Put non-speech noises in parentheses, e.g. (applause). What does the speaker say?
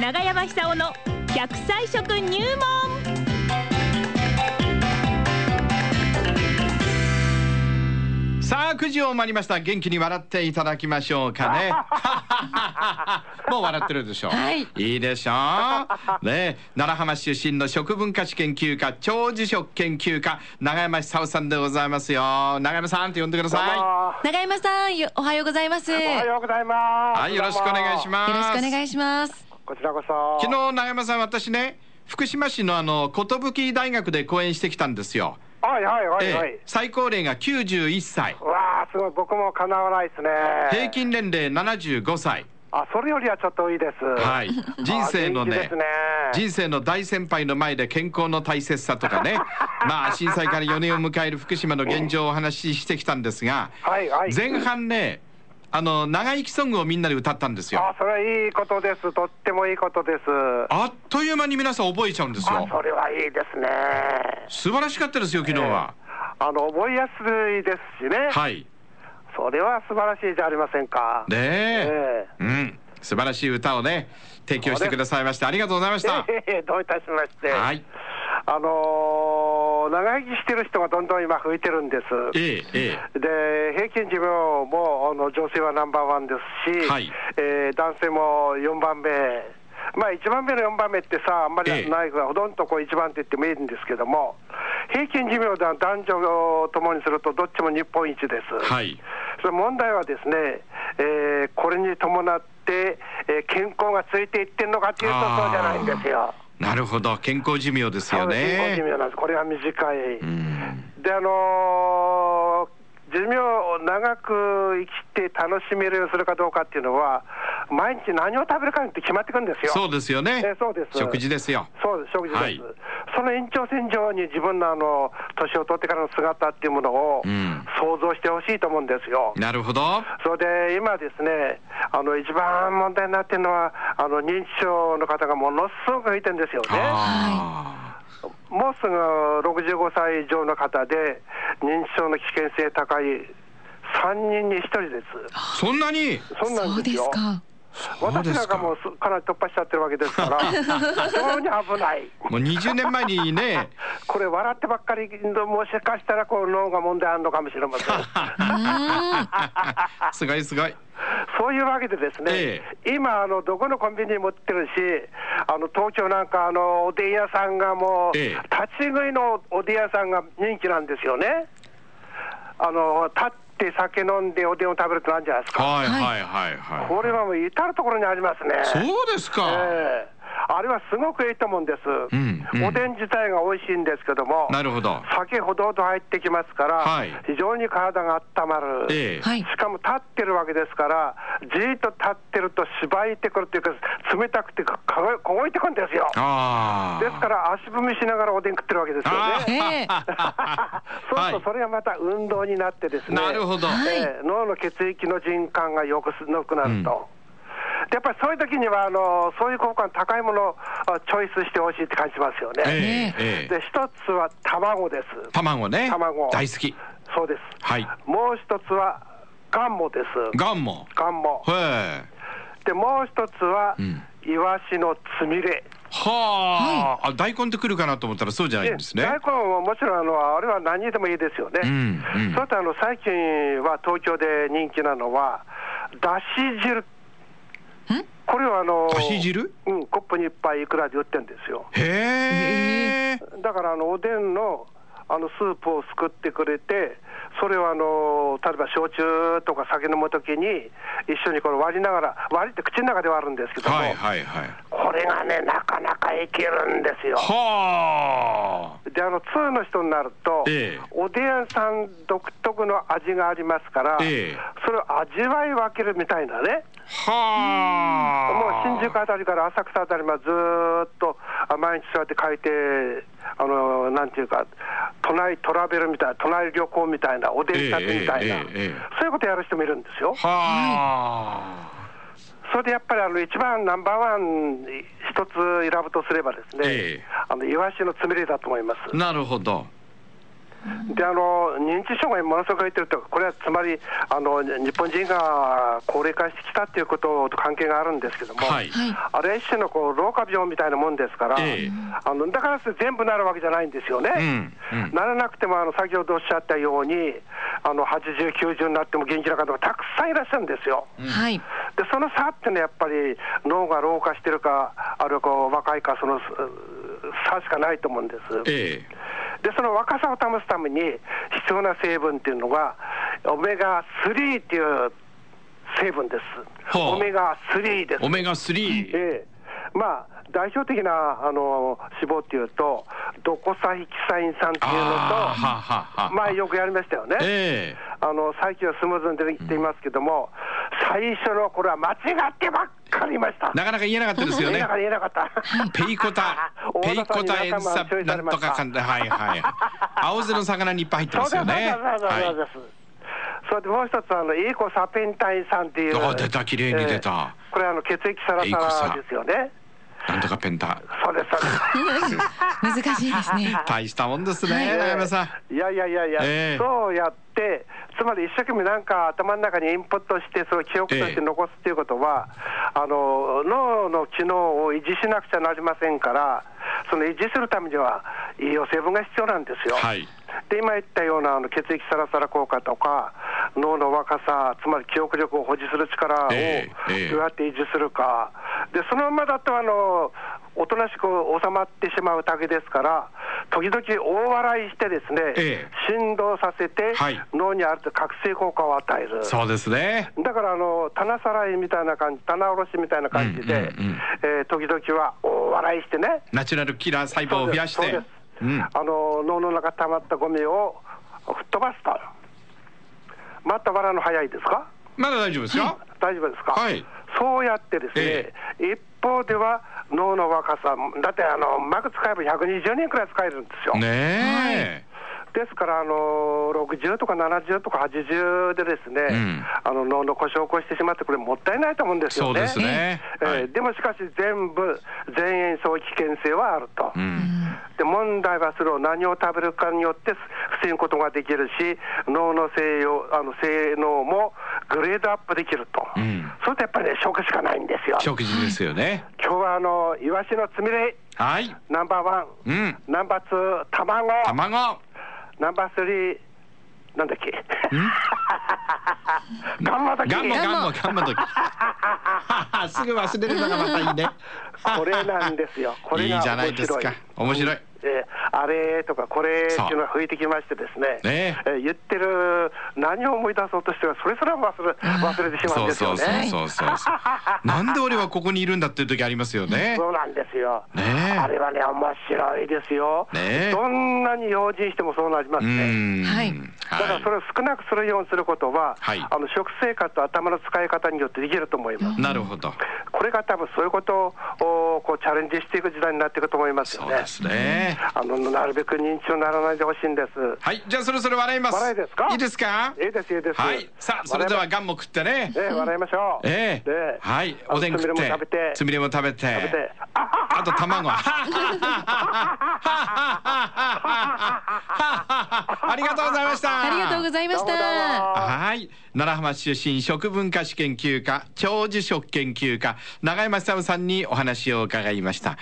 長山久夫の100歳食入門さあ9時を回りました元気に笑っていただきましょうか (laughs) ねもう笑ってるでしょ、はいいいでしょうねえ奈良浜出身の食文化史研究家長寿食研究家永山久夫さんでございますよ永山さんって呼んでくだどうもさ長山さんよおはようございますおはようございいます。はいよろしくお願いしますよろしくお願いしますす。こちらこそ。昨日永山さん私ね福島市のあの寿大学で講演してきたんですよ、はいはいはいはい。ええ最高齢が91歳わあすごい僕もかなわないですね。平均年齢75歳あそれよりはちょっと多いです。 (laughs) はい人生のあね元気ですね人生の大先輩の前で健康の大切さとか (laughs) ねまあ震災から4年を迎える福島の現状をお話ししてきたんですが、はいはい前半ねあの長生きソングをみんなで歌ったんですあよそれはいいことです。とってもいいことです。ああっという間に皆さん覚えちゃうんですよそれはいいですね。素晴らしかったですよ昨日は、あの覚えやすいですしね。はいそれは素晴らしいじゃありませんか。ねえうえん素晴らしい歌をね提供してくださいましてありがとうございましたえ (laughs) ええどういたしまして。はい。あのー長生きしてる人がどんどん今増えてるんです。ええええで平均寿命もあの女性はナンバーワンですし、はいえー男性も4番目、まあ、1番目の4番目ってさ、あんまりええないから、ほとんどこう1番って言ってもいいんですけども、平均寿命では男女ともにすると、どっちも日本一です。はいそれ問題はですね、えーこれに伴って、えー健康がついていってんのかっていうと、あーそうじゃないんですよ。なるほど健康寿命ですよ健康寿ね命なんです、これは短い。うんであのー寿命を長く生きて楽しめるようにするかどうかっていうのは、毎日何を食べるかによって決まってくるんですよ。そうですよねえそうです食事ですよそうです、食事です。はいその延長線上に自分のあの年を取ってからの姿っていうものをうん想像してほしいと思うんですよ。なるほどそれで今ですね、あの一番問題になってるのは、あの認知症の方がものすごく増えてるんですよね。あもうすぐ65歳以上の方で、認知症の危険性高い3人に1人です。ーそんなにそんなんそうでですすよ。かそうで私なすんかかももうすかなり突破しちゃってるわけで (laughs) すから、非常に危ない。う20年前に (laughs) ねこれ笑ってばっかり、もしかしたらこう脳が問題あるのかもしれません。すごいすごいそういうわけでですね、え今あの、どこのコンビニにも売ってるし、あの東京なんかあの、おでん屋さんがもう、ええ立ち食いのおでん屋さんが人気なんですよね。あの立って酒飲んでおでんを食べるってなんじゃないですか、はいはいはいはいこれはもう至る所にありますね。そうですかええあれはすごくいいと思うんです、んうんおでん自体が美味しいんですけども、なるほど酒ほどほど入ってきますから、はい非常に体が温まる、ええはいしかも立ってるわけですから、じーっと立ってると、しばいてくるというか、冷たくてかかご凍えてくるんですよ。あですかあら、足踏みしながらおでん食ってるわけですよあね。ええそうすはいると、それがまた運動になってですね、 (laughs) なるほどはいえー脳の血液の循環がよくす良くなると。でやっぱりそういう時にはあの、そういう効果の高いものをあチョイスしてほしいって感じますよね。えええで、え一つは卵です。卵ね卵大好きそうです。はいもう一つはガンモです。ガンもガンモ。へえで、もう一つは、イワシのつみれ。はあ、あ大根ってくるかなと思ったらそうじゃないんですね。大根ももちろんあの、あれは何にでもいいですよね。うんうんそれとあの最近は東京で人気なのは、だし汁。これはあの、だし汁うん、コップにいっぱいいくらで売ってるんですよ。へえ。だからあのおでんのあのスープをすくってくれて、それをあの例えば焼酎とか酒飲むときに、一緒にこれ割りながら、割りって口の中で割るんですけども、はいはいはい。これがね、なかなかいけるんですよ。はであの通の人になると、ええおでん屋さん独特の味がありますから、ええそれを味わい分けるみたいなね、あ。はあ。もう新宿あたりから浅草あたりまでずーっとあ毎日そうやって書いて、あのなんていうか、都内トラベルみたいな、都内旅行みたいな、おでん立てみたえいな、えええええそういうことやる人もいるんですよ。はあ。それでやっぱりあの一番ナンバーワン、一つ選ぶとすればですね、ええあのイワシのつみれだと思います。なるほど。であの認知障害ものすごく入ってると、これはつまりあの日本人が高齢化してきたということと関係があるんですけども、はいあれは一種のこう老化病みたいなもんですから、ええあのだからって全部なるわけじゃないんですよね。うんうんならなくてもあの先ほどおっしゃったように、あの80、90になっても元気な方がたくさんいらっしゃるんですよ。はい。でその差ってのはやっぱり脳が老化してるか、あるいはこう若いか、そのう差しかないと思うんです。えでその若さを保つために必要な成分っていうのが、オメガ3っていう成分です。ほうオメガ3ですえ。オメガ3、ええまあ、代表的なあの脂肪っていうと、ドコサヒキサイン酸っていうのと、あーはははまあ、よくやりましたよね。えあの最近はスムーズに出てきていますけども、最初の頃は間違ってばっかり言いました。なかなか言えなかったですよ言え (laughs) ねなかった言えなか (laughs) った。ペイコタ大ペイ田さんコにタエン仲間サが注意なされんまとしたかかんだはいはい青酢の魚にいっぱい入ってますよね (laughs) そうですそうですそうですそうですそれでもう一つあのイーコサペンタイン酸っていう。あ出た綺麗に出たええこれあの血液サライーコササラですよね。なんとかペンタそうです (laughs) そうです。難しいですね。大したもんですね、はい中山さんいやいやいやいや、ええそうやって、つまり一生懸命なんか頭の中にインプットして、それを記憶として残すっていうことは、あの脳の機能を維持しなくちゃなりませんから、その維持するためには、栄養成分が必要なんですよ。はいで今言ったようなあの血液サラサラ効果とか、脳の若さ、つまり記憶力を保持する力をどうええええやって維持するか、でそのままだとあの、おとなしく収まってしまうだけですから、時々大笑いして、ですね、ええ振動させて、はい脳にあると覚醒効果を与える。そうですねだからあの棚さらいみたいな感じ、棚卸しみたいな感じで、うんうんうんえー時々は大笑いしてね、ナチュラルキラー細胞を増やしそうでてすそううですんあの脳の中溜まったゴミを吹っ飛ばすと、また笑うの早いですか、まだ大丈夫ですよ、大丈夫ですか、はいそうやってですね、一方では脳の若さ、だってあのうまく使えば120人くらい使えるんですよ。ねえ、ですから、あの60とか70とか80でですね、うんあの脳の故障を起こしてしまって、これ、もったいないと思うんですそようね。ですね、えーはいでもしかし、全部、全員そう危険性はあると。うん、で問題はそれを何を食べるかによって防ぐことができるし、脳の性用あの性能もグレードアップできると、うんそれとやっぱり、ね、食しかないんですよ。食事ですよね今日はあのイワシのつみれ、はいナンバーワン、うんナンバーツー、卵、卵ナンバースリー、なんだっけ、 (laughs) ガンマだけガンマガンマガンマの時 (laughs) すぐ忘れるのがまたい (laughs) いねこれなんですよ、これいがい面白い。じゃないですか面白いえーあれとかこれっていうのが増えてきましてですね、ねえー言ってる何を思い出そうとしては、それすら忘れ忘れてしまうんそうそうですよね。そうそうそうそうなんで俺はここにいるんだっていう時ありますよねそうなんですよ、ねえあれはね、面白いですよ、ねえどんなに用心してもそうなりまうすね。んはいはだいからそれを少なくするようにすることは、はいあの食生活と頭の使い方によってできると思います。なるほどこれが多分そういうことをこうチャレンジしていく時代になっていくと思いますよそうね。ですねあのなるべく認知症にならないでほしいんです。はいじゃあそろそろ笑います笑いですかいいですかいいですいいですはいさあそれではガンも食ってねええ、笑いましょう。ええねはいあのおでん食っつみれても食べて。つみれも食べて食べてあと (laughs) 卵。ありがとうございました。ありがとうございましどうもどうもた。はい奈良浜市出身食文化史研究家長寿食研究家永山久夫さんにお話を伺いました。